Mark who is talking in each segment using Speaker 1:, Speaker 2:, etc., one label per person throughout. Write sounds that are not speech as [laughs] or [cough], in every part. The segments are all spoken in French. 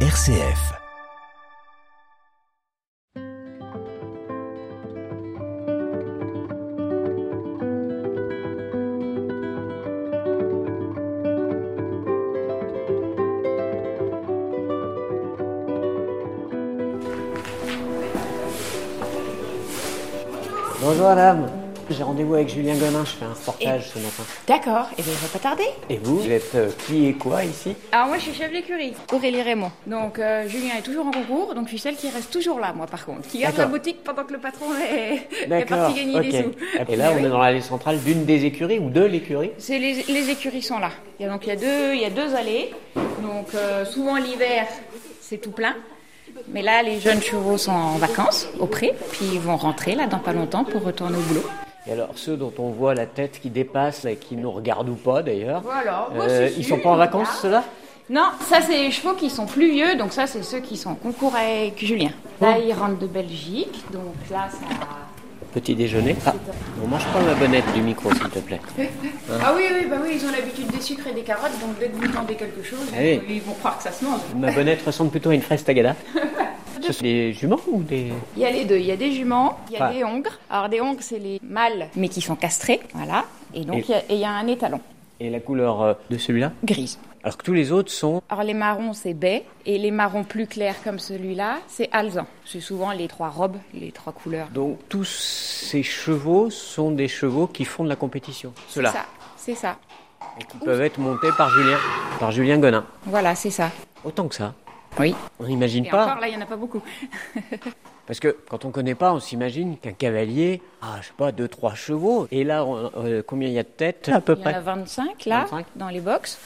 Speaker 1: RCF.
Speaker 2: Bonjour madame, j'ai rendez-vous avec Julien Gonin, je fais un reportage ce matin.
Speaker 3: D'accord, et bien on va pas tarder.
Speaker 2: Et vous Vous êtes euh, qui et quoi ici
Speaker 3: Alors moi je suis chef d'écurie,
Speaker 4: Aurélie Raymond.
Speaker 3: donc euh, Julien est toujours en concours, donc je suis celle qui reste toujours là moi par contre, qui garde la
Speaker 2: D'accord.
Speaker 3: boutique pendant que le patron est, est parti gagner
Speaker 2: ok.
Speaker 3: des sous.
Speaker 2: Et là
Speaker 3: Mais
Speaker 2: on
Speaker 3: oui.
Speaker 2: est dans l'allée centrale d'une des écuries ou de l'écurie
Speaker 3: C'est les, les écuries sont là. Il y a donc il y a deux, il y a deux allées. Donc euh, souvent l'hiver c'est tout plein. Mais là, les jeunes chevaux sont en vacances au pré, puis ils vont rentrer là dans pas longtemps pour retourner au boulot.
Speaker 2: Et alors ceux dont on voit la tête qui dépasse et qui nous regardent ou pas d'ailleurs,
Speaker 3: Voilà, moi,
Speaker 2: euh,
Speaker 3: c'est
Speaker 2: ils
Speaker 3: sûr,
Speaker 2: sont pas en
Speaker 3: ils
Speaker 2: vacances ceux-là
Speaker 3: Non, ça c'est les chevaux qui sont plus vieux, donc ça c'est ceux qui sont en concours avec Julien. Là, ils rentrent de Belgique, donc là ça.
Speaker 2: Petit déjeuner. Ah, on mange pas ma bonnette du micro s'il te
Speaker 3: [laughs]
Speaker 2: plaît.
Speaker 3: Ah oui, oui, bah oui, ils ont l'habitude des sucres et des carottes, donc dès que vous tendez quelque chose,
Speaker 2: Ah oui.
Speaker 3: ils vont croire que ça se mange.
Speaker 2: Ma bonnette ressemble plutôt à une fraise
Speaker 3: [laughs]
Speaker 2: tagada. Ce sont des juments ou des...
Speaker 3: Il y a les deux, il y a des juments, il y a
Speaker 2: Ouais.
Speaker 3: des hongres. Alors des hongres, c'est les mâles, mais qui sont castrés, voilà. Et donc il y a- et il y, a un étalon,
Speaker 2: Et la couleur euh, de celui-là
Speaker 3: grise.
Speaker 2: Alors que tous les autres sont...
Speaker 3: Alors les marrons, c'est baie, et les marrons plus clairs comme celui-là, c'est alezan. C'est souvent les trois robes, les trois couleurs.
Speaker 2: Donc tous ces chevaux sont des chevaux qui font de la compétition. Ceux-là.
Speaker 3: C'est ça, c'est ça.
Speaker 2: Et qui peuvent être montés par Julien, par Julien Gonin.
Speaker 3: Voilà, c'est ça.
Speaker 2: Autant que ça.
Speaker 3: Oui.
Speaker 2: On n'imagine
Speaker 3: Et
Speaker 2: pas.
Speaker 3: encore, là, il n'y en a pas beaucoup.
Speaker 2: Parce que quand on connaît pas, on s'imagine qu'un cavalier a, je sais pas, deux, trois chevaux. Et là, on- euh, combien il y a de têtes À peu
Speaker 3: Il y en a 25 là,
Speaker 2: 25.
Speaker 3: dans les box.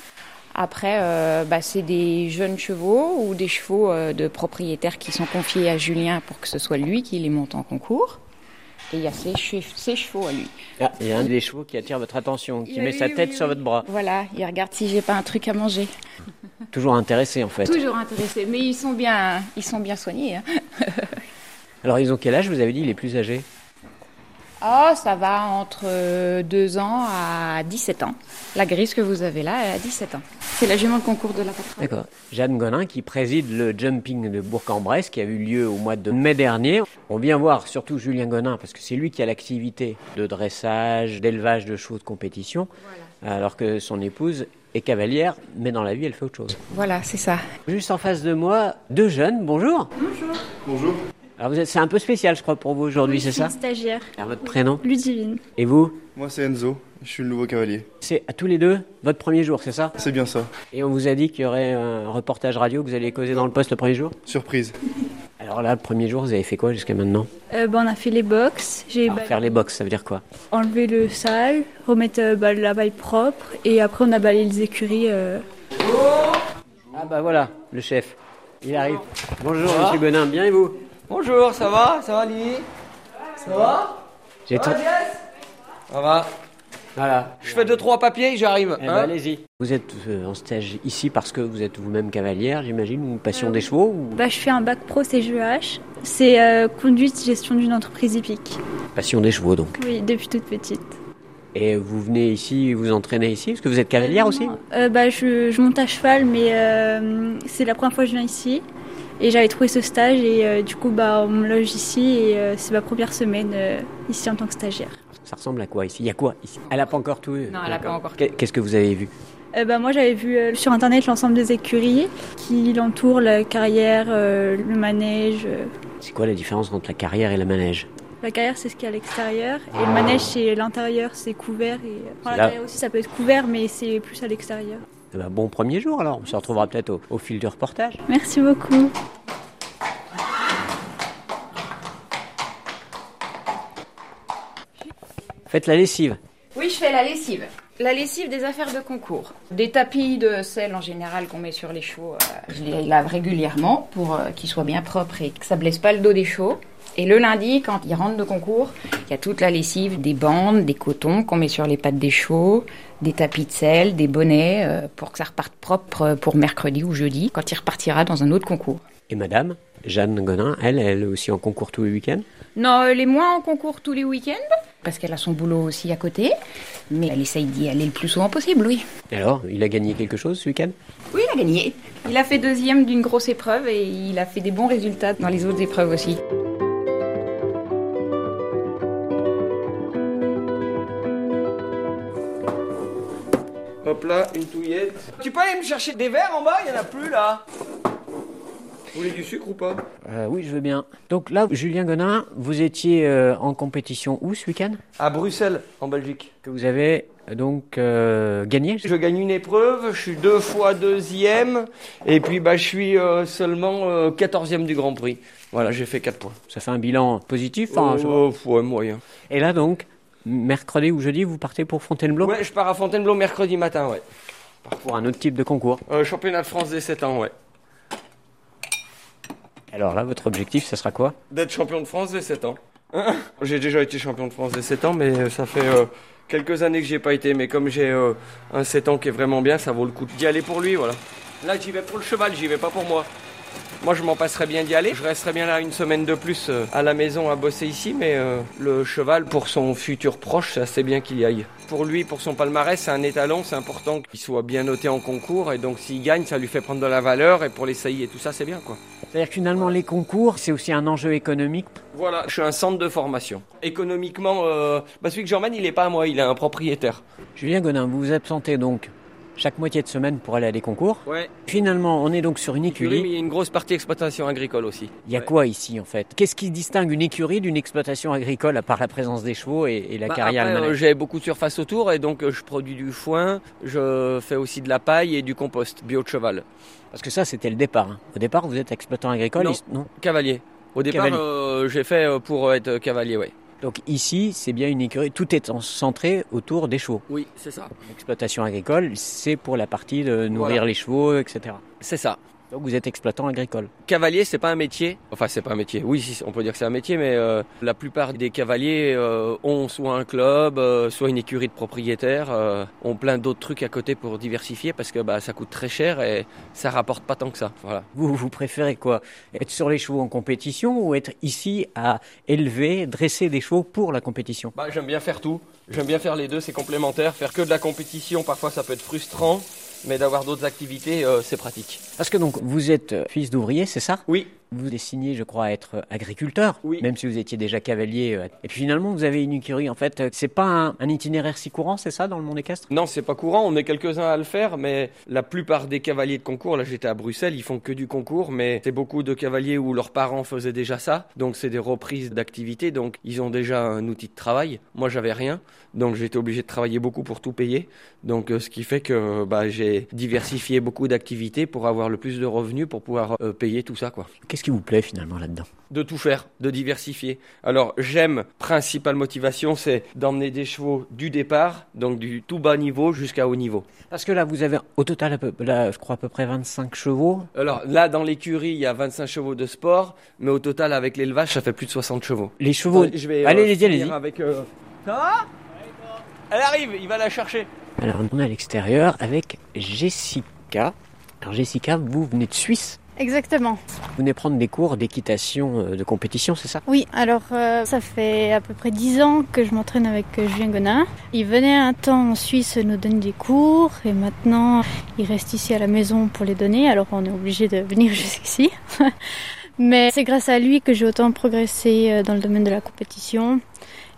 Speaker 3: Après, euh, bah, c'est des jeunes chevaux ou des chevaux euh, de propriétaires qui sont confiés à Julien pour que ce soit lui qui les monte en concours. Et il y a ses, che- ses chevaux à lui.
Speaker 2: Ah, il y a un des chevaux qui attire votre attention, qui
Speaker 3: Oui,
Speaker 2: met sa
Speaker 3: oui,
Speaker 2: tête
Speaker 3: oui,
Speaker 2: sur
Speaker 3: oui.
Speaker 2: votre bras.
Speaker 3: Voilà, il regarde si j'ai pas un truc à manger.
Speaker 2: Toujours intéressé, en fait.
Speaker 3: Toujours intéressé, mais ils sont bien, ils sont bien soignés. hein.
Speaker 2: Alors, ils ont quel âge Vous avez dit les plus âgés
Speaker 3: Oh, ça va entre 2 ans à 17 ans. La grise que vous avez là, elle a 17 ans. C'est la jument de concours de la patronne.
Speaker 2: D'accord. Jeanne Gonin qui préside le jumping de Bourg-en-Bresse qui a eu lieu au mois de mai dernier. On vient voir surtout Julien Gonin parce que c'est lui qui a l'activité de dressage, d'élevage de chevaux de compétition, alors que son épouse est cavalière, mais dans la vie elle fait autre chose.
Speaker 3: Voilà, c'est ça.
Speaker 2: Juste en face de moi, deux jeunes, bonjour.
Speaker 5: Bonjour.
Speaker 2: Alors vous êtes, c'est un peu spécial je crois pour vous aujourd'hui, c'est
Speaker 4: Je suis
Speaker 2: ça
Speaker 4: une stagiaire.
Speaker 2: Alors, Votre prénom
Speaker 4: Ludivine.
Speaker 2: Et vous
Speaker 5: Moi c'est Enzo, je suis le nouveau cavalier.
Speaker 2: C'est à tous les deux votre premier jour, c'est ça
Speaker 5: C'est bien ça.
Speaker 2: Et on vous a dit qu'il y aurait un reportage radio que vous allez causer dans le poste le premier jour
Speaker 5: Surprise.
Speaker 2: Alors là, le premier jour, vous avez fait quoi jusqu'à maintenant
Speaker 4: Euh, bah, on a fait les box. J'ai
Speaker 2: Alors,
Speaker 4: bah,
Speaker 2: Faire les box, ça veut dire quoi
Speaker 4: enlevé le sale, remettre euh, bah, la baille propre et après on a balayé les écuries. euh.
Speaker 2: Ah bah voilà, le chef. Il arrive. Bonjour, monsieur Benin, bien et vous
Speaker 6: Bonjour, ça va Ça va Lily Ça va
Speaker 2: J'ai tra-
Speaker 6: Ça va.
Speaker 2: Voilà.
Speaker 6: Je fais deux trois papiers, j'arrive.
Speaker 2: Eh ben,
Speaker 6: hein
Speaker 2: allez-y. Vous êtes euh, en stage ici parce que vous êtes vous-même cavalière, j'imagine, ou passion des chevaux ou...
Speaker 4: Bah, je fais un bac pro CGEH. C'est euh, conduite gestion d'une entreprise hippique.
Speaker 2: Passion des chevaux, donc.
Speaker 4: Oui, depuis toute petite.
Speaker 2: Et vous venez ici, vous entraînez ici, parce que vous êtes cavalière aussi
Speaker 4: Euh, bah, je, je monte à cheval, mais euh, c'est la première fois que je viens ici. Et j'avais trouvé ce stage et euh, du coup bah, on me loge ici et euh, c'est ma première semaine euh, ici en tant que stagiaire.
Speaker 2: Ça ressemble à quoi ici Il y a quoi ici Elle n'a pas encore tout vu.
Speaker 3: Non, elle a
Speaker 2: D'accord.
Speaker 3: pas encore tout.
Speaker 2: Qu'est- Qu'est-ce que vous avez vu
Speaker 4: Euh, bah, moi, j'avais vu euh, sur internet l'ensemble des écuries qui l'entourent, la carrière, euh, le manège. euh.
Speaker 2: C'est quoi la différence entre la carrière et le manège
Speaker 4: La carrière, c'est ce qu'il y a à l'extérieur, et le manège, c'est l'intérieur, c'est couvert. Et... euh, enfin,
Speaker 2: Là-
Speaker 4: la carrière aussi, ça peut être couvert, mais c'est plus à l'extérieur.
Speaker 2: Eh ben, Bon premier jour alors, on se retrouvera peut-être au- au fil du reportage.
Speaker 4: Merci beaucoup.
Speaker 2: Faites la lessive.
Speaker 3: Oui, je fais la lessive. La lessive des affaires de concours. Des tapis de sel en général qu'on met sur les chevaux, euh, je les lave régulièrement pour euh, qu'ils soient bien propres et que ça blesse pas le dos des chevaux. Et le lundi, quand ils rentrent de concours, il y a toute la lessive, des bandes, des cotons qu'on met sur les pattes des chevaux, des tapis de sel, des bonnets euh, pour que ça reparte propre euh, pour mercredi ou jeudi quand il repartira dans un autre concours.
Speaker 2: Et madame, Jeanne Gonin, elle, elle est aussi en concours tous les week-ends
Speaker 3: Non, elle est moins en concours tous les week-ends parce qu'elle a son boulot aussi à côté, mais elle essaye d'y aller le plus souvent possible, oui.
Speaker 2: Alors, il a gagné quelque chose ce week-end
Speaker 3: Oui,
Speaker 7: a gagné. Il a fait deuxième d'une grosse épreuve et il a fait des bons résultats dans les autres épreuves aussi.
Speaker 6: Hop là, une touillette. Tu peux aller me chercher des verres en bas Il y en a plus là. Vous voulez du sucre ou pas
Speaker 2: Euh, oui, je veux bien. Donc là, Julien Gonin, vous étiez euh, en compétition où ce week-end
Speaker 6: À Bruxelles, en Belgique.
Speaker 2: Que vous avez euh, donc euh, gagné
Speaker 6: Je gagne une épreuve, je suis deux fois deuxième, et puis bah, je suis euh, seulement quatorzième du Grand Prix. Voilà, j'ai fait 4 points.
Speaker 2: Ça fait un bilan positif. hein, je-
Speaker 6: Oh, ouais, moyen.
Speaker 2: Et là, donc, mercredi ou jeudi, vous partez pour Fontainebleau
Speaker 6: Ouais, je pars à Fontainebleau mercredi matin, ouais.
Speaker 2: pour un autre type de concours.
Speaker 6: Euh, championnat de France des 7 ans, ouais.
Speaker 2: Alors là, votre objectif, ça sera quoi
Speaker 6: D'être champion de France des 7 ans. [laughs] Hein j'ai déjà été champion de France des 7 ans, mais euh, ça fait euh, quelques années que j'y ai pas été. Mais comme j'ai euh, un 7 ans qui est vraiment bien, ça vaut le coup d'y aller pour lui, voilà. Là, j'y vais pour le cheval, j'y vais pas pour moi. Moi, je m'en passerais bien d'y aller. Je resterais bien là une semaine de plus euh, à la maison à bosser ici, mais euh, le cheval, pour son futur proche, ça c'est bien qu'il y aille. Pour lui, pour son palmarès, c'est un étalon, c'est important qu'il soit bien noté en concours, et donc s'il gagne, ça lui fait prendre de la valeur, et pour les saillies et tout ça, c'est bien, quoi.
Speaker 2: C'est-à-dire que finalement, les concours, c'est aussi un enjeu économique.
Speaker 6: Voilà, je suis un centre de formation. Économiquement, euh, bah celui que j'emmène, il est pas à moi, il est un propriétaire.
Speaker 2: Julien Gonin, vous vous absentez donc chaque moitié de semaine pour aller à des concours.
Speaker 6: Ouais.
Speaker 2: Finalement, on est donc sur une
Speaker 6: Curie, mais
Speaker 2: écurie.
Speaker 6: il y a une grosse partie exploitation agricole aussi.
Speaker 2: Il y a
Speaker 6: Ouais.
Speaker 2: quoi ici en fait Qu'est-ce qui distingue une écurie d'une exploitation agricole à part la présence des chevaux et, et la
Speaker 6: Bah,
Speaker 2: carrière
Speaker 6: après, euh,
Speaker 2: management
Speaker 6: J'ai beaucoup de surface autour et donc euh, je produis du foin, je fais aussi de la paille et du compost bio de cheval.
Speaker 2: Parce que ça, c'était le départ. hein. Au départ, vous êtes exploitant agricole
Speaker 6: Non.
Speaker 2: ici-
Speaker 6: Cavalier. Au départ,
Speaker 2: Cavalier.
Speaker 6: euh, j'ai fait euh, pour être cavalier, ouais.
Speaker 2: Donc ici, c'est bien une écurie. Tout est en- centré autour des chevaux.
Speaker 6: Oui, c'est ça.
Speaker 2: L'exploitation agricole, c'est pour la partie de nourrir
Speaker 6: Voilà.
Speaker 2: les chevaux, etc.
Speaker 6: C'est ça.
Speaker 2: Donc vous êtes exploitant agricole.
Speaker 6: Cavalier, c'est pas un métier. Enfin, c'est pas un métier. Oui, si, on peut dire que c'est un métier, mais euh, la plupart des cavaliers euh, ont soit un club, euh, soit une écurie de propriétaires, euh, ont plein d'autres trucs à côté pour diversifier parce que bah, ça coûte très cher et ça rapporte pas tant que ça. Voilà.
Speaker 2: Vous, vous préférez quoi Être sur les chevaux en compétition ou être ici à élever, dresser des chevaux pour la compétition
Speaker 6: Bah, j'aime bien faire tout. J'aime bien faire les deux, c'est complémentaire. Faire que de la compétition, parfois ça peut être frustrant, mais d'avoir d'autres activités, euh, c'est pratique.
Speaker 2: Parce que donc vous êtes euh, fils d'ouvrier, c'est ça
Speaker 6: Oui,
Speaker 2: Vous dessinez, je crois, à être euh, agriculteur,
Speaker 6: Oui.
Speaker 2: même si vous étiez déjà cavalier. euh. Et puis finalement, vous avez une écurie. En fait, euh, c'est pas un, un itinéraire si courant, c'est ça, dans le monde équestre
Speaker 6: Non, c'est pas courant, on est quelques-uns à le faire, mais la plupart des cavaliers de concours, là j'étais à Bruxelles, ils font que du concours, mais c'est beaucoup de cavaliers où leurs parents faisaient déjà ça, donc c'est des reprises d'activités, donc ils ont déjà un outil de travail. Moi j'avais rien, donc j'étais obligé de travailler beaucoup pour tout payer, donc euh, ce qui fait que bah, j'ai diversifié beaucoup d'activités pour avoir le plus de revenus pour pouvoir euh, payer tout ça quoi
Speaker 2: Qu'est-ce qui vous plaît finalement là-dedans
Speaker 6: de tout faire, de diversifier. Alors j'aime, principale motivation, c'est d'emmener des chevaux du départ, donc du tout bas niveau jusqu'à haut niveau.
Speaker 2: Parce que là, vous avez au total, à peu- là, je crois, à peu près 25 chevaux.
Speaker 6: Alors là, dans l'écurie, il y a 25 chevaux de sport, mais au total, avec l'élevage, ça fait plus de 60 chevaux.
Speaker 2: Les chevaux.
Speaker 6: Attends, je vais,
Speaker 2: allez,
Speaker 6: euh,
Speaker 2: allez-y,
Speaker 6: finir
Speaker 2: allez-y.
Speaker 6: Avec, euh, Ça va Elle arrive, il va la chercher.
Speaker 2: Alors, on est à l'extérieur avec Jessica. Alors, Jessica, vous venez de Suisse.
Speaker 8: Exactement.
Speaker 2: Vous venez prendre des cours d'équitation euh, de compétition, c'est ça
Speaker 8: Oui, alors euh, ça fait à peu près 10 ans que je m'entraîne avec euh, Julien Gonin. Il venait un temps en Suisse nous donner des cours et maintenant il reste ici à la maison pour les donner, alors on est obligé de venir [laughs] jusqu'ici. Mais c'est grâce à lui que j'ai autant progressé euh, dans le domaine de la compétition.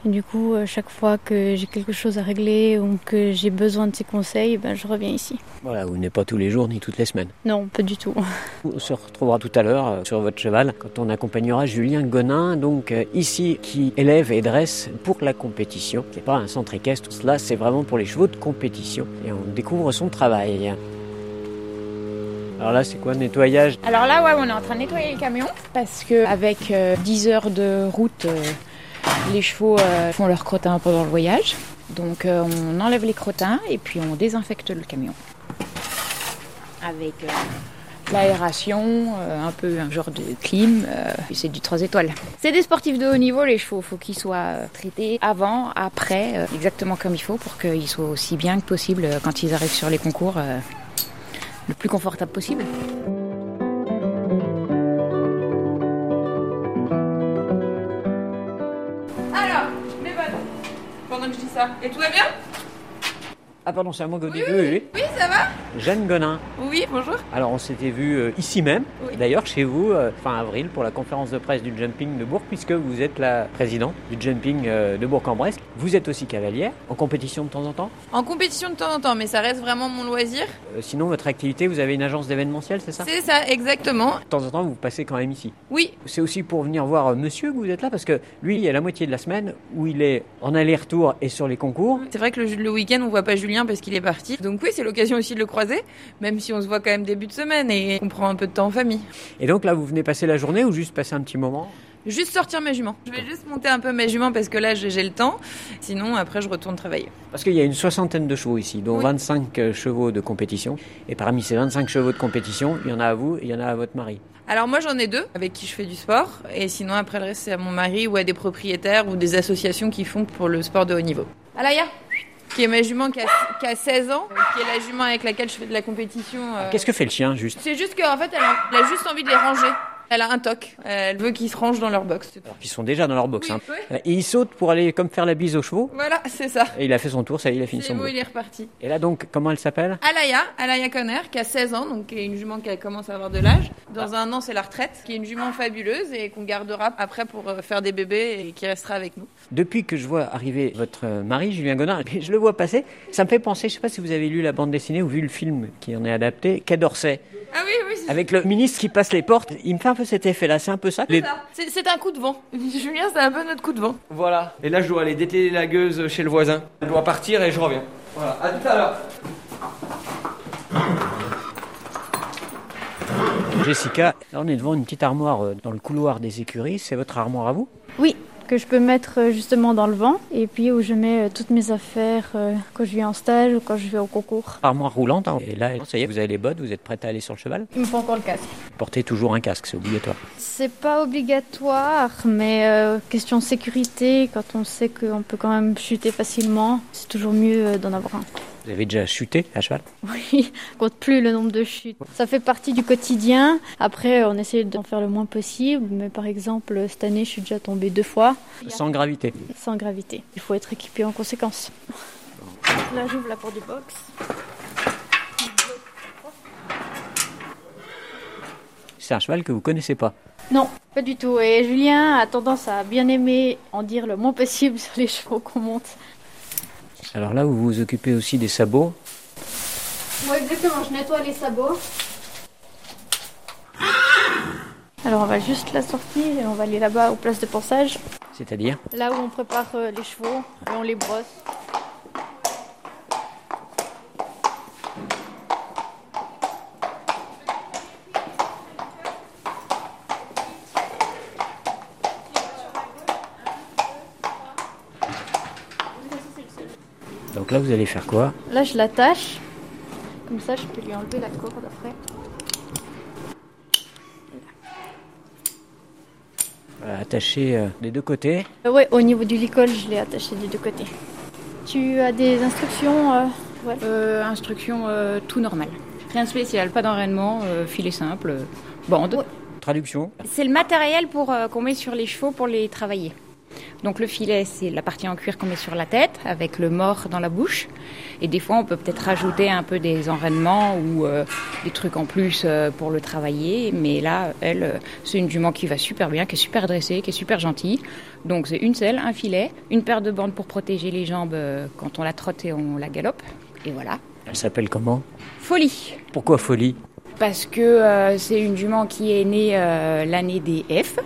Speaker 8: Et du coup, euh, chaque fois que j'ai quelque chose à régler ou que j'ai besoin de ses conseils, ben, je reviens ici.
Speaker 2: Voilà, vous venez pas tous les jours ni toutes les semaines.
Speaker 8: Non, pas du tout. [laughs]
Speaker 2: On se retrouvera tout à l'heure euh, sur votre cheval quand on accompagnera Julien Gonin, donc euh, ici, qui élève et dresse pour la compétition. C'est pas un centre équestre, tout cela, c'est vraiment pour les chevaux de compétition. Et on découvre son travail. Alors là, c'est quoi Nettoyage
Speaker 3: Alors là, ouais, on est en train de nettoyer le camion parce que avec euh, 10 heures de route, euh, les chevaux euh, font leur crottin pendant le voyage. Donc euh, on enlève les crottins et puis on désinfecte le camion avec euh, l'aération, euh, un peu un genre de clim. euh, puis c'est du 3 étoiles. C'est des sportifs de haut niveau, les chevaux. faut qu'ils soient euh, traités avant, après, euh, exactement comme il faut pour qu'ils soient aussi bien que possible euh, quand ils arrivent sur les concours. euh, le plus confortable possible.
Speaker 9: Alors, les bonnes. Pendant que je dis ça. Et tout va bien
Speaker 2: Ah pardon, c'est à moi qu'au début, oui.
Speaker 9: Oui, ça va
Speaker 2: Jeanne Gonin.
Speaker 10: Oui, bonjour.
Speaker 2: Alors on s'était vu euh, ici même,
Speaker 10: Oui.
Speaker 2: d'ailleurs chez vous, euh, fin avril, pour la conférence de presse du jumping de Bourg, puisque vous êtes la présidente du jumping euh, de Bourg-en-Bresse. Vous êtes aussi cavalière, en compétition de temps en temps.
Speaker 10: En compétition de temps en temps, mais ça reste vraiment mon loisir.
Speaker 2: Euh, sinon, votre activité, vous avez une agence d'événementiel, c'est ça
Speaker 10: C'est ça, exactement.
Speaker 2: De temps en temps, vous passez quand même ici.
Speaker 10: Oui,
Speaker 2: C'est aussi pour venir voir euh, monsieur que vous êtes là, parce que lui, il y a la moitié de la semaine où il est en aller-retour et sur les concours.
Speaker 10: c'est vrai que le, le week-end, on voit pas Julien parce qu'il est parti. Donc oui, c'est l'occasion aussi de le croiser, même si on se voit quand même début de semaine et on prend un peu de temps en famille.
Speaker 2: Et donc là, vous venez passer la journée ou juste passer un petit moment
Speaker 10: Juste sortir mes juments. Je vais juste monter un peu mes juments parce que là, j'ai j'ai le temps. Sinon, après, je retourne travailler.
Speaker 2: Parce qu'il y a une soixantaine de chevaux ici, dont
Speaker 10: Oui.
Speaker 2: 25 euh, chevaux de compétition. Et parmi ces 25 chevaux de compétition, il y en a à vous et il y en a à votre mari.
Speaker 10: Alors moi, j'en ai deux avec qui je fais du sport. Et sinon, après, le reste, c'est à mon mari ou à des propriétaires ou des associations qui font pour le sport de haut niveau. Alaya qui est ma jument qui a, qui a 16 ans, euh, qui est la jument avec laquelle je fais de la compétition. euh,
Speaker 2: Ah, Qu'est-ce que fait le chien, juste
Speaker 10: C'est juste qu'en fait, elle a, elle a juste envie de les ranger. Elle a un toc. Elle veut qu'ils se rangent dans leur box.
Speaker 2: Alors qu'ils sont déjà dans leur box.
Speaker 10: Oui,
Speaker 2: hein.
Speaker 10: oui.
Speaker 2: Euh, Et il saute pour aller comme faire la bise aux chevaux.
Speaker 10: Voilà, c'est ça.
Speaker 2: Et il a fait son tour, ça y est, il a fini
Speaker 10: C'est
Speaker 2: son
Speaker 10: beau,
Speaker 2: boulot.
Speaker 10: il est reparti.
Speaker 2: Et là donc, comment elle s'appelle
Speaker 10: Alaya, Alaya Conner, qui a 16 ans, donc qui est une jument qui commence à avoir de l'âge. Dans
Speaker 2: Ah.
Speaker 10: un an, c'est la retraite, qui est une jument fabuleuse et qu'on gardera après pour euh, faire des bébés et qui restera avec nous.
Speaker 2: Depuis que je vois arriver votre euh, mari, Julien Godin, [laughs] et je le vois passer, ça me fait penser, je sais pas si vous avez lu la bande dessinée ou vu le film qui en est adapté, Quai d'Orsay,
Speaker 10: Ah oui, oui, c'est
Speaker 2: avec le ministre qui passe les portes, il me fait un peu cet effet-là, c'est un peu ça. Les-
Speaker 10: ça. C'est- C'est un coup de vent. [laughs] Julien, c'est un peu notre coup de vent.
Speaker 6: Voilà. Et là, je dois aller dételer la gueuse chez le voisin. Elle doit partir et je reviens. Voilà. À tout à l'heure.
Speaker 2: Jessica, là on est devant une petite armoire euh, dans le couloir des écuries, c'est votre armoire à vous
Speaker 8: Oui, que je peux mettre euh, justement dans le vent et puis où je mets euh, toutes mes affaires euh, quand je vais en stage ou quand je vais au concours.
Speaker 2: Armoire roulante, hein. et là, ça y est, vous avez les bottes, vous êtes prête à aller sur le cheval
Speaker 8: Il me faut encore le casque.
Speaker 2: Portez toujours un casque, c'est obligatoire.
Speaker 8: C'est pas obligatoire, mais euh, question sécurité, quand on sait qu'on peut quand même chuter facilement, c'est toujours mieux euh, d'en avoir un. [laughs]
Speaker 2: Vous avez déjà chuté à cheval
Speaker 8: Oui, on compte plus le nombre de chutes. Ça fait partie du quotidien. Après, on essaie d'en faire le moins possible, mais par exemple, cette année, je suis déjà tombée deux fois
Speaker 2: Sans gravité.
Speaker 8: sans gravité. Il faut être équipé en conséquence. Là, j'ouvre la porte du box.
Speaker 2: C'est un cheval que vous connaissez pas.
Speaker 8: Non, pas du tout. Et Julien a tendance à bien aimer en dire le moins possible [laughs] sur les chevaux qu'on monte.
Speaker 2: Alors là, vous vous occupez aussi des sabots.
Speaker 8: Moi, exactement, je nettoie les sabots. Alors, on va juste la sortir et on va aller là-bas aux places de pansage,
Speaker 2: C'est-à-dire
Speaker 8: là où on prépare euh, les chevaux et on les brosse.
Speaker 2: Donc là, vous allez faire quoi
Speaker 8: Là, je l'attache. Comme ça, je peux lui enlever la corde après.
Speaker 2: Euh, Attacher euh, des deux côtés.
Speaker 8: Euh, ouais, au niveau du licol, je l'ai attaché des deux côtés. Tu as des instructions euh, ouais.
Speaker 3: Euh, instruction euh, tout normal.
Speaker 7: Rien de spécial, pas d'enraînement, euh, filet simple, euh, bande.
Speaker 2: Traduction.
Speaker 3: C'est le matériel pour euh, qu'on met sur les chevaux pour les travailler. Donc le filet, c'est la partie en cuir qu'on met sur la tête, avec le mors dans la bouche. Et des fois, on peut peut-être rajouter un peu des enraînements ou euh, des trucs en plus euh, pour le travailler. Mais là, elle, euh, c'est une jument qui va super bien, qui est super dressée, qui est super gentille. Donc c'est une selle, un filet, une paire de bandes pour protéger les jambes euh, quand on la trotte et on la galope. Et voilà.
Speaker 2: Elle s'appelle comment
Speaker 3: Folie
Speaker 2: Pourquoi folie
Speaker 3: parce que euh, c'est une jument qui est née euh, l'année des F.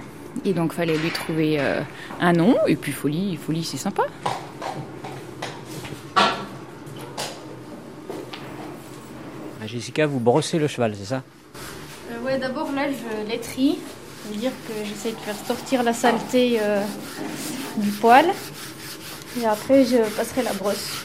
Speaker 3: Et donc, fallait lui trouver euh, un nom. Et puis, Folie, Folie, c'est sympa.
Speaker 2: Ah, Jessica, vous brossez le cheval, c'est ça
Speaker 8: Euh, ouais, d'abord là, je les trie. Ça veut dire que j'essaie de faire sortir la saleté euh, du poil. Et après, je passerai la brosse.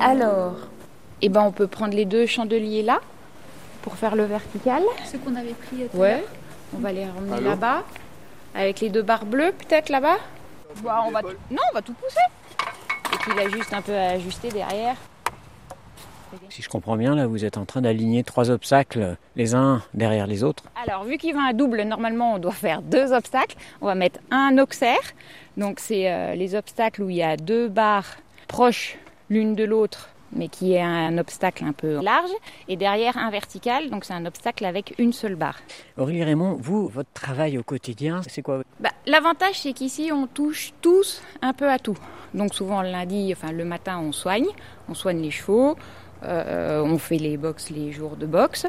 Speaker 3: Alors, eh ben, on peut prendre les deux chandeliers là pour faire le vertical.
Speaker 4: Ce qu'on avait pris. euh, tout à l'heure.
Speaker 3: Ouais. On va les ramener
Speaker 5: Allô
Speaker 3: là-bas. Avec les deux barres bleues, peut-être là-bas. Bah, on va t- Non, on va tout pousser. Et puis, là, juste un peu à ajuster derrière.
Speaker 2: Si je comprends bien, là, vous êtes en train d'aligner trois obstacles euh, les uns derrière les autres.
Speaker 3: Alors, vu qu'il va un double, normalement, on doit faire deux obstacles. On va mettre un auxerre. Donc, c'est euh, les obstacles où il y a deux barres proches l'une de l'autre, mais qui est un obstacle un peu large. Et derrière, un vertical. Donc, c'est un obstacle avec une seule barre.
Speaker 2: Aurélie Raymond, vous, votre travail au quotidien, c'est quoi
Speaker 3: Bah, L'avantage, c'est qu'ici, on touche tous un peu à tout. Donc, souvent, le lundi, enfin, le matin, on soigne. On soigne les chevaux. Euh, on fait les box les jours de boxe.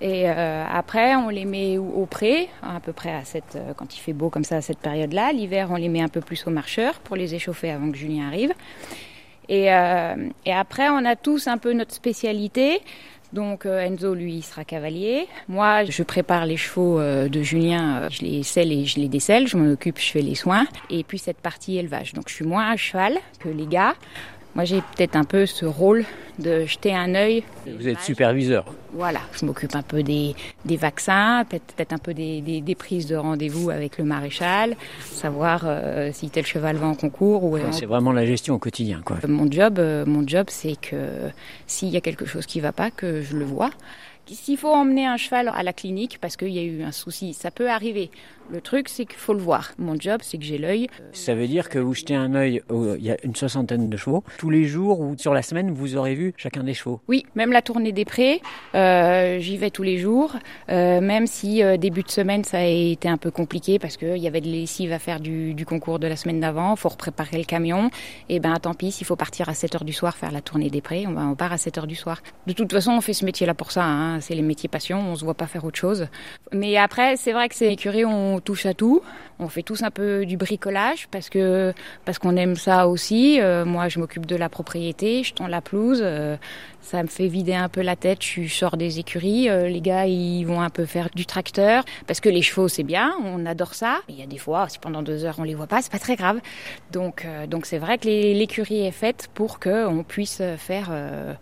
Speaker 3: Et euh, après, on les met au, au pré, à peu près à cette, euh, quand il fait beau comme ça à cette période-là. L'hiver, on les met un peu plus au marcheur pour les échauffer avant que Julien arrive. Et, euh, et après, on a tous un peu notre spécialité. Donc euh, Enzo, lui, il sera cavalier. Moi, je prépare les chevaux euh, de Julien, euh, je les selle et je les décèle, je m'en occupe, je fais les soins. Et puis cette partie élevage. Donc je suis moins à cheval que les gars. Moi, j'ai peut-être un peu ce rôle de jeter un œil.
Speaker 2: Vous êtes superviseur.
Speaker 3: Voilà, je m'occupe un peu des, des vaccins, peut-être peut-être un peu des, des- des prises de rendez-vous avec le maréchal, savoir euh, si tel cheval va en concours ou en
Speaker 2: C'est vraiment la gestion au quotidien, quoi.
Speaker 3: mon job, euh, mon job, c'est que s'il y a quelque chose qui va pas, que je le vois. S'il faut emmener un cheval à la clinique parce qu'il y a eu un souci, ça peut arriver. Le truc, c'est qu'il faut le voir. Mon job, c'est que j'ai l'œil.
Speaker 2: Ça veut dire que vous jetez un œil, au- il y a une soixantaine de chevaux. Tous les jours ou sur la semaine, vous aurez vu chacun des chevaux.
Speaker 3: Oui, même la tournée des prés, euh, j'y vais tous les jours, euh, même si euh, début de semaine ça a été un peu compliqué parce qu'il y avait de lessive à faire du, du concours de la semaine d'avant, faut repréparer le camion, et ben tant pis, s'il faut partir à 7h du soir faire la tournée des prés, on, va- on part à 7h du soir. De toute façon, on fait ce métier-là pour ça, hein, c'est les métiers passion, on se voit pas faire autre chose. Mais après, c'est vrai que c'est écurie, on touche à tout, on fait tous un peu du bricolage parce que parce qu'on aime ça aussi. Euh, moi, je m'occupe de la propriété, je tends la pelouse. euh, ça me fait vider un peu la tête, je suis- je sors des écuries, euh, les gars ils vont un peu faire du tracteur, parce que les chevaux c'est bien, on adore ça. Il y a des fois, si pendant deux heures on les voit pas, c'est pas très grave. Donc euh, donc c'est vrai que les- l'écurie est faite pour que on puisse faire euh,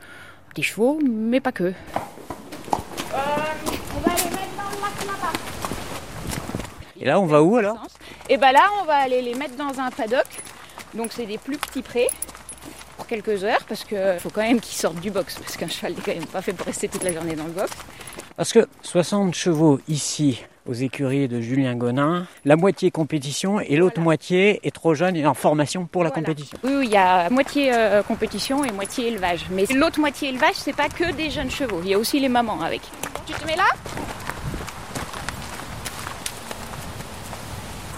Speaker 3: des chevaux, mais pas que.
Speaker 2: Et là, on va où alors
Speaker 3: Et ben là on va aller les mettre dans un paddock, donc c'est des plus petits prés pour quelques heures, parce que faut quand même qu'ils sortent du box, parce qu'un cheval n'est quand même pas fait pour rester toute la journée dans le box.
Speaker 2: Parce que 60 chevaux ici, aux écuries de Julien Gonin, la moitié compétition et l'autre moitié est trop jeune et en formation pour la
Speaker 3: Voilà.
Speaker 2: compétition.
Speaker 3: Oui, oui, il y a moitié euh, compétition et moitié élevage. Mais l'autre moitié élevage, c'est pas que des jeunes chevaux. Il y a aussi les mamans avec. Tu te mets là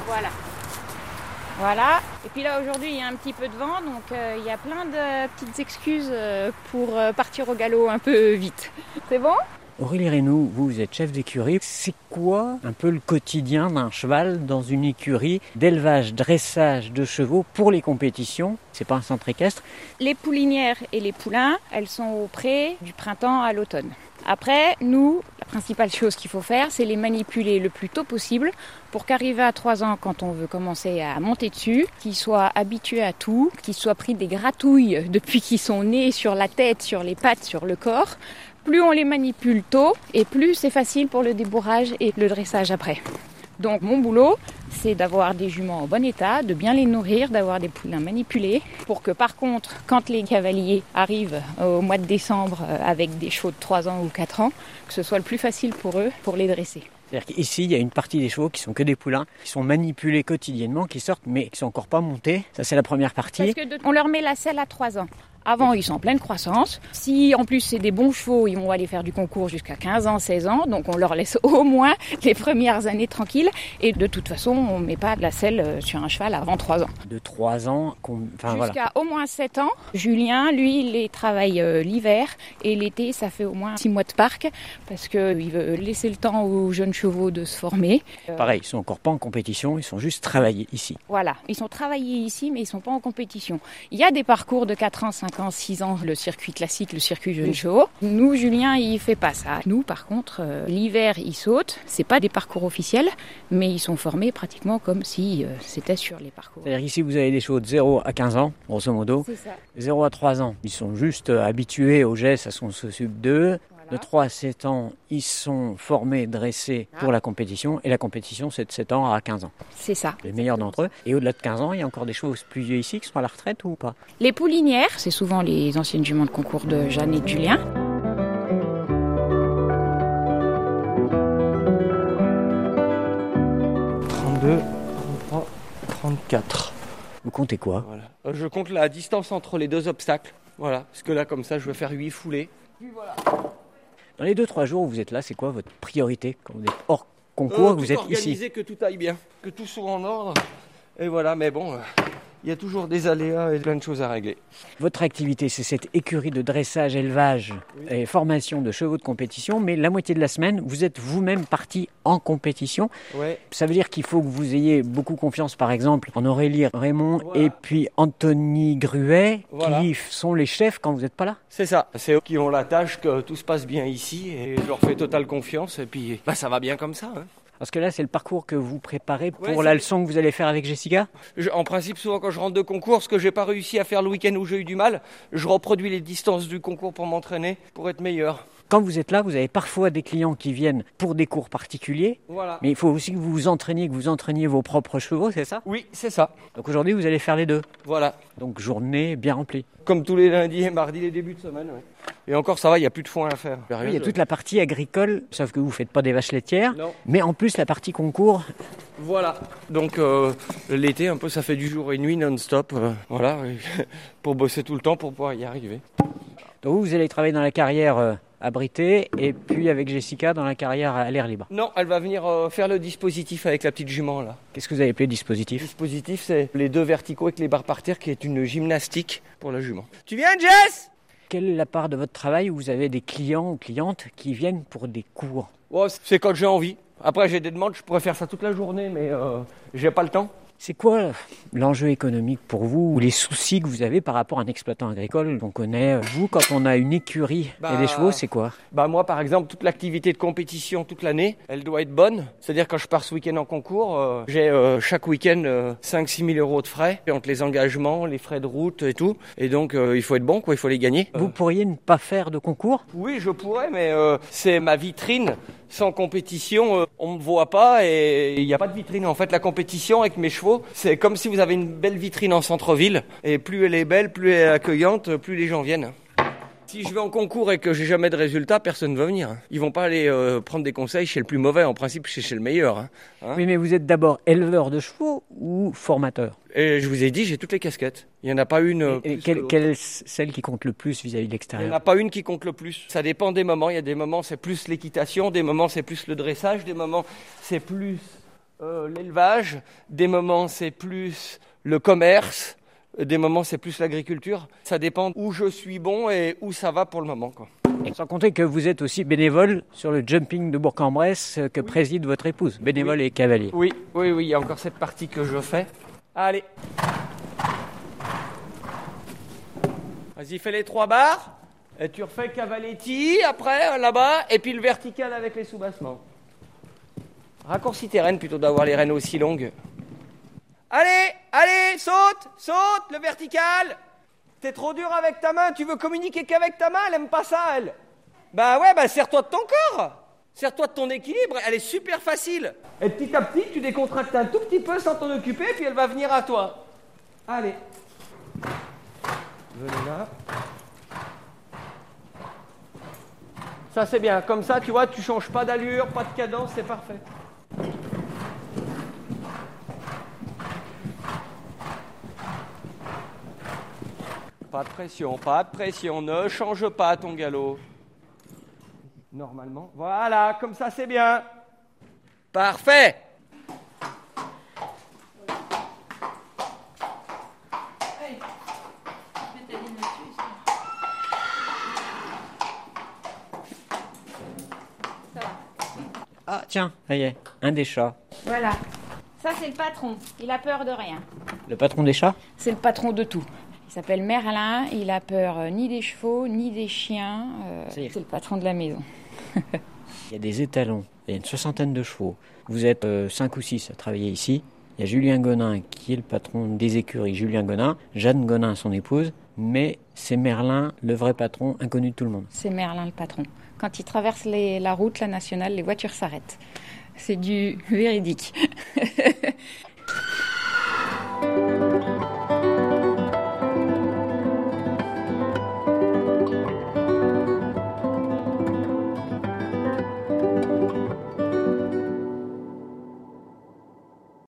Speaker 3: Voilà. Voilà. Et puis là, aujourd'hui, il y a un petit peu de vent, donc euh, il y a plein de petites excuses euh, pour euh, partir au galop un peu vite. C'est bon
Speaker 2: Aurélie Reynaud, vous, vous êtes chef d'écurie. C'est quoi un peu le quotidien d'un cheval dans une écurie d'élevage, dressage de chevaux pour les compétitions C'est pas un centre équestre.
Speaker 3: Les poulinières et les poulains, elles sont au pré du printemps à l'automne. Après, nous, la principale chose qu'il faut faire, c'est les manipuler le plus tôt possible pour qu'arrivé à 3 ans, quand on veut commencer à monter dessus, qu'ils soient habitués à tout, qu'ils soient pris des gratouilles [laughs] depuis qu'ils sont nés sur la tête, sur les pattes, sur le corps. Plus on les manipule tôt et plus c'est facile pour le débourrage et le dressage après. Donc mon boulot, c'est d'avoir des juments en bon état, de bien les nourrir, d'avoir des poulains manipulés, pour que par contre, quand les cavaliers arrivent au mois de décembre euh, avec des chevaux de 3 ans ou 4 ans, que ce soit le plus facile pour eux pour les dresser.
Speaker 2: C'est-à-dire qu'ici, il y a une partie des chevaux qui sont que des poulains, qui sont manipulés quotidiennement, qui sortent mais qui sont encore pas montés. Ça, c'est la première
Speaker 3: Parce
Speaker 2: partie.
Speaker 3: que de- on leur met la selle à 3 ans. Avant, ils sont en pleine croissance. Si en plus c'est des bons chevaux, ils vont aller faire du concours jusqu'à 15 ans, 16 ans. Donc on leur laisse au moins les premières années tranquilles. Et de toute façon, on ne met pas de la selle euh, sur un cheval avant 3 ans.
Speaker 2: De 3 ans, qu'on- enfin Ah, voilà.
Speaker 3: Jusqu'à au moins 7 ans. Julien, lui, il les travaille euh, l'hiver et l'été, ça fait au moins 6 mois de parc parce que euh, il veut laisser le temps aux jeunes chevaux de se former. Euh,
Speaker 2: Pareil, ils sont encore pas en compétition, ils sont juste travaillés ici.
Speaker 3: Voilà, ils sont travaillés ici mais ils sont pas en compétition. Il y a des parcours de 4 ans, 5 ans, 6 ans, le circuit classique, le circuit jeunes chevaux. Nous, Julien, il fait pas ça. Nous, par contre, euh, l'hiver, il saute. C'est pas des parcours officiels, mais ils sont formés pratiquement comme si euh, c'était sur les parcours.
Speaker 2: C'est-à-dire ici, vous avez des chevaux de 0 à 15 ans, grosso modo.
Speaker 3: C'est ça.
Speaker 2: 0 à 3 ans, ils sont juste euh, habitués aux gestes à son sub 2. De 3 à 7 ans, ils sont formés, dressés pour la compétition. Et la compétition, c'est de 7 ans à 15 ans.
Speaker 3: C'est ça.
Speaker 2: Les meilleurs d'entre eux. Et au-delà de 15 ans, il y a encore des choses plus vieux ici qui sont à la retraite ou pas
Speaker 3: Les poulinières, c'est souvent les anciennes juments de concours de Jeanne et de Julien.
Speaker 6: Oh, 34.
Speaker 2: Vous comptez quoi
Speaker 6: Voilà. Euh, Je compte la distance entre les deux obstacles. Voilà, parce que là, comme ça, je vais faire 8 foulées.
Speaker 2: Dans les 2-3 jours où vous êtes là, c'est quoi votre priorité Quand vous êtes hors concours,
Speaker 6: Euh,
Speaker 2: vous
Speaker 6: tout
Speaker 2: êtes
Speaker 6: organiser,
Speaker 2: ici.
Speaker 6: que tout aille bien, que tout soit en ordre. Et voilà, mais bon, euh, il y a toujours des aléas et plein de choses à régler.
Speaker 2: Votre activité, c'est cette écurie de dressage, élevage et formation de chevaux de compétition. Mais la moitié de la semaine, vous êtes vous-même parti en compétition.
Speaker 6: Ouais.
Speaker 2: Ça veut dire qu'il faut que vous ayez beaucoup confiance, par exemple, en Aurélie Raymond
Speaker 6: Voilà.
Speaker 2: et puis Anthony Gruet,
Speaker 6: Voilà.
Speaker 2: qui sont les chefs quand vous n'êtes pas là.
Speaker 6: C'est ça, c'est eux qui ont la tâche que tout se passe bien ici et je leur fais totale confiance et puis bah, ça va bien comme ça. hein.
Speaker 2: Parce que là, c'est le parcours que vous préparez pour
Speaker 6: Ouais,
Speaker 2: la
Speaker 6: c'est-
Speaker 2: leçon que vous allez faire avec Jessica.
Speaker 6: Je- en principe, souvent quand je rentre de concours, ce que j'ai pas réussi à faire le week-end où j'ai eu du mal, je reproduis les distances du concours pour m'entraîner, pour être meilleur.
Speaker 2: Quand vous êtes là, vous avez parfois des clients qui viennent pour des cours particuliers.
Speaker 6: Voilà.
Speaker 2: Mais il faut aussi que vous vous entraîniez, que vous entraîniez vos propres chevaux, c'est ça
Speaker 6: Oui, c'est ça.
Speaker 2: Donc aujourd'hui, vous allez faire les deux.
Speaker 6: Voilà.
Speaker 2: Donc journée bien remplie.
Speaker 6: Comme tous les lundis et mardis, les débuts de semaine. ouais. Et encore, ça va, il n'y a plus de foin à faire.
Speaker 2: Oui, il y a toute la partie agricole, sauf que vous ne faites pas des vaches laitières.
Speaker 6: Non.
Speaker 2: Mais en plus, la partie concours,
Speaker 6: Voilà. Donc, euh, l'été, un peu, ça fait du jour et nuit non-stop. euh, voilà. [laughs] pour bosser tout le temps pour pouvoir y arriver.
Speaker 2: Donc vous, vous allez travailler dans la carrière euh, abritée et puis avec Jessica dans la carrière à l'air libre.
Speaker 6: Non, elle va venir euh, faire le dispositif avec la petite jument, là.
Speaker 2: Qu'est-ce que vous avez appelé
Speaker 6: Le
Speaker 2: dispositif
Speaker 6: dispositif, c'est les deux verticaux avec les barres par terre qui est une gymnastique pour la jument. Tu viens, Jess
Speaker 2: Quelle est la part de votre travail où vous avez des clients ou clientes qui viennent pour des cours
Speaker 6: Ouais, C'est quand j'ai envie. Après, j'ai des demandes, je pourrais faire ça toute la journée, mais euh, j'ai pas le temps.
Speaker 2: C'est quoi euh, l'enjeu économique pour vous ou les soucis que vous avez par rapport à un exploitant agricole qu'on connaît euh, Vous, quand on a une écurie et
Speaker 6: Bah,
Speaker 2: des chevaux, c'est quoi
Speaker 6: Bah moi par exemple toute l'activité de compétition toute l'année elle doit être bonne c'est à dire quand je pars ce week-end en concours euh, j'ai euh, chaque week-end 5-6 000 euros de frais Et entre les engagements les frais de route et tout et donc euh, il faut être bon quoi il faut les gagner
Speaker 2: Vous pourriez ne pas faire de concours
Speaker 6: oui je pourrais mais euh, c'est ma vitrine sans compétition euh, on me voit pas et il n'y a pas de vitrine en fait la compétition avec mes chevaux c'est comme si vous avez une belle vitrine en centre-ville et plus elle est belle plus elle est accueillante plus les gens viennent si je vais en concours et que j'ai jamais de résultat, personne ne va venir. hein. Ils vont pas aller euh, prendre des conseils chez le plus mauvais, en principe c'est chez le meilleur. hein. Hein
Speaker 2: Oui, mais vous êtes d'abord éleveur de chevaux ou formateur
Speaker 6: Et je vous ai dit, j'ai toutes les casquettes. Il y en a pas une. euh,
Speaker 2: Et- et
Speaker 6: plus que
Speaker 2: quelle,
Speaker 6: l'autre.
Speaker 2: quelle est celle qui compte le plus vis-à-vis de
Speaker 6: Il n'y en
Speaker 2: l'extérieur
Speaker 6: a pas une qui compte le plus. Ça dépend des moments. Il y a des moments c'est plus l'équitation, des moments c'est plus le dressage, des moments c'est plus euh, l'élevage, des moments c'est plus le commerce, des moments c'est plus l'agriculture. Ça dépend où je suis bon et où ça va pour le moment. Quoi.
Speaker 2: Et Sans compter que vous êtes aussi bénévole sur le jumping de Bourg-en-Bresse euh, que préside votre épouse, bénévole et cavalier.
Speaker 6: Oui, oui, oui, il y a encore cette partie que je fais. Allez. Vas-y, fais les trois barres. Et tu refais Cavaletti, après, là-bas, et puis le vertical avec les sous-bassements. Raccourcis tes rênes plutôt d'avoir les rênes aussi longues. Allez, allez, saute, saute, le vertical. T'es trop dur avec ta main, tu veux communiquer qu'avec ta main, elle aime pas ça, elle. Bah ouais, bah serre-toi de ton corps. Serre-toi de ton équilibre, elle est super facile. Et petit à petit, tu décontractes un tout petit peu sans t'en occuper, puis elle va venir à toi. Allez. Venez là. Ça c'est bien, comme ça tu vois, tu changes pas d'allure, pas de cadence, c'est parfait. Pas de pression, pas de pression, ne change pas ton galop. Normalement. Voilà, comme ça c'est bien. Parfait.
Speaker 2: Ah tiens, ça y est, un des chats.
Speaker 7: Voilà. Ça, c'est le patron. Il a peur de rien.
Speaker 2: Le patron des chats
Speaker 3: C'est le patron de tout. Il s'appelle Merlin, il a peur euh, ni des chevaux, ni des chiens. euh,
Speaker 2: Si.
Speaker 3: c'est le patron de la maison.
Speaker 2: Il y a des étalons, il y a une soixantaine de chevaux. Vous êtes euh, cinq ou six à travailler ici. Il y a Julien Gonin qui est le patron des écuries, Julien Gonin, Jeanne Gonin, son épouse, mais c'est Merlin, le vrai patron, inconnu de tout le monde.
Speaker 3: C'est Merlin le patron. Quand il traverse les- la route, la nationale, les voitures s'arrêtent. C'est du véridique.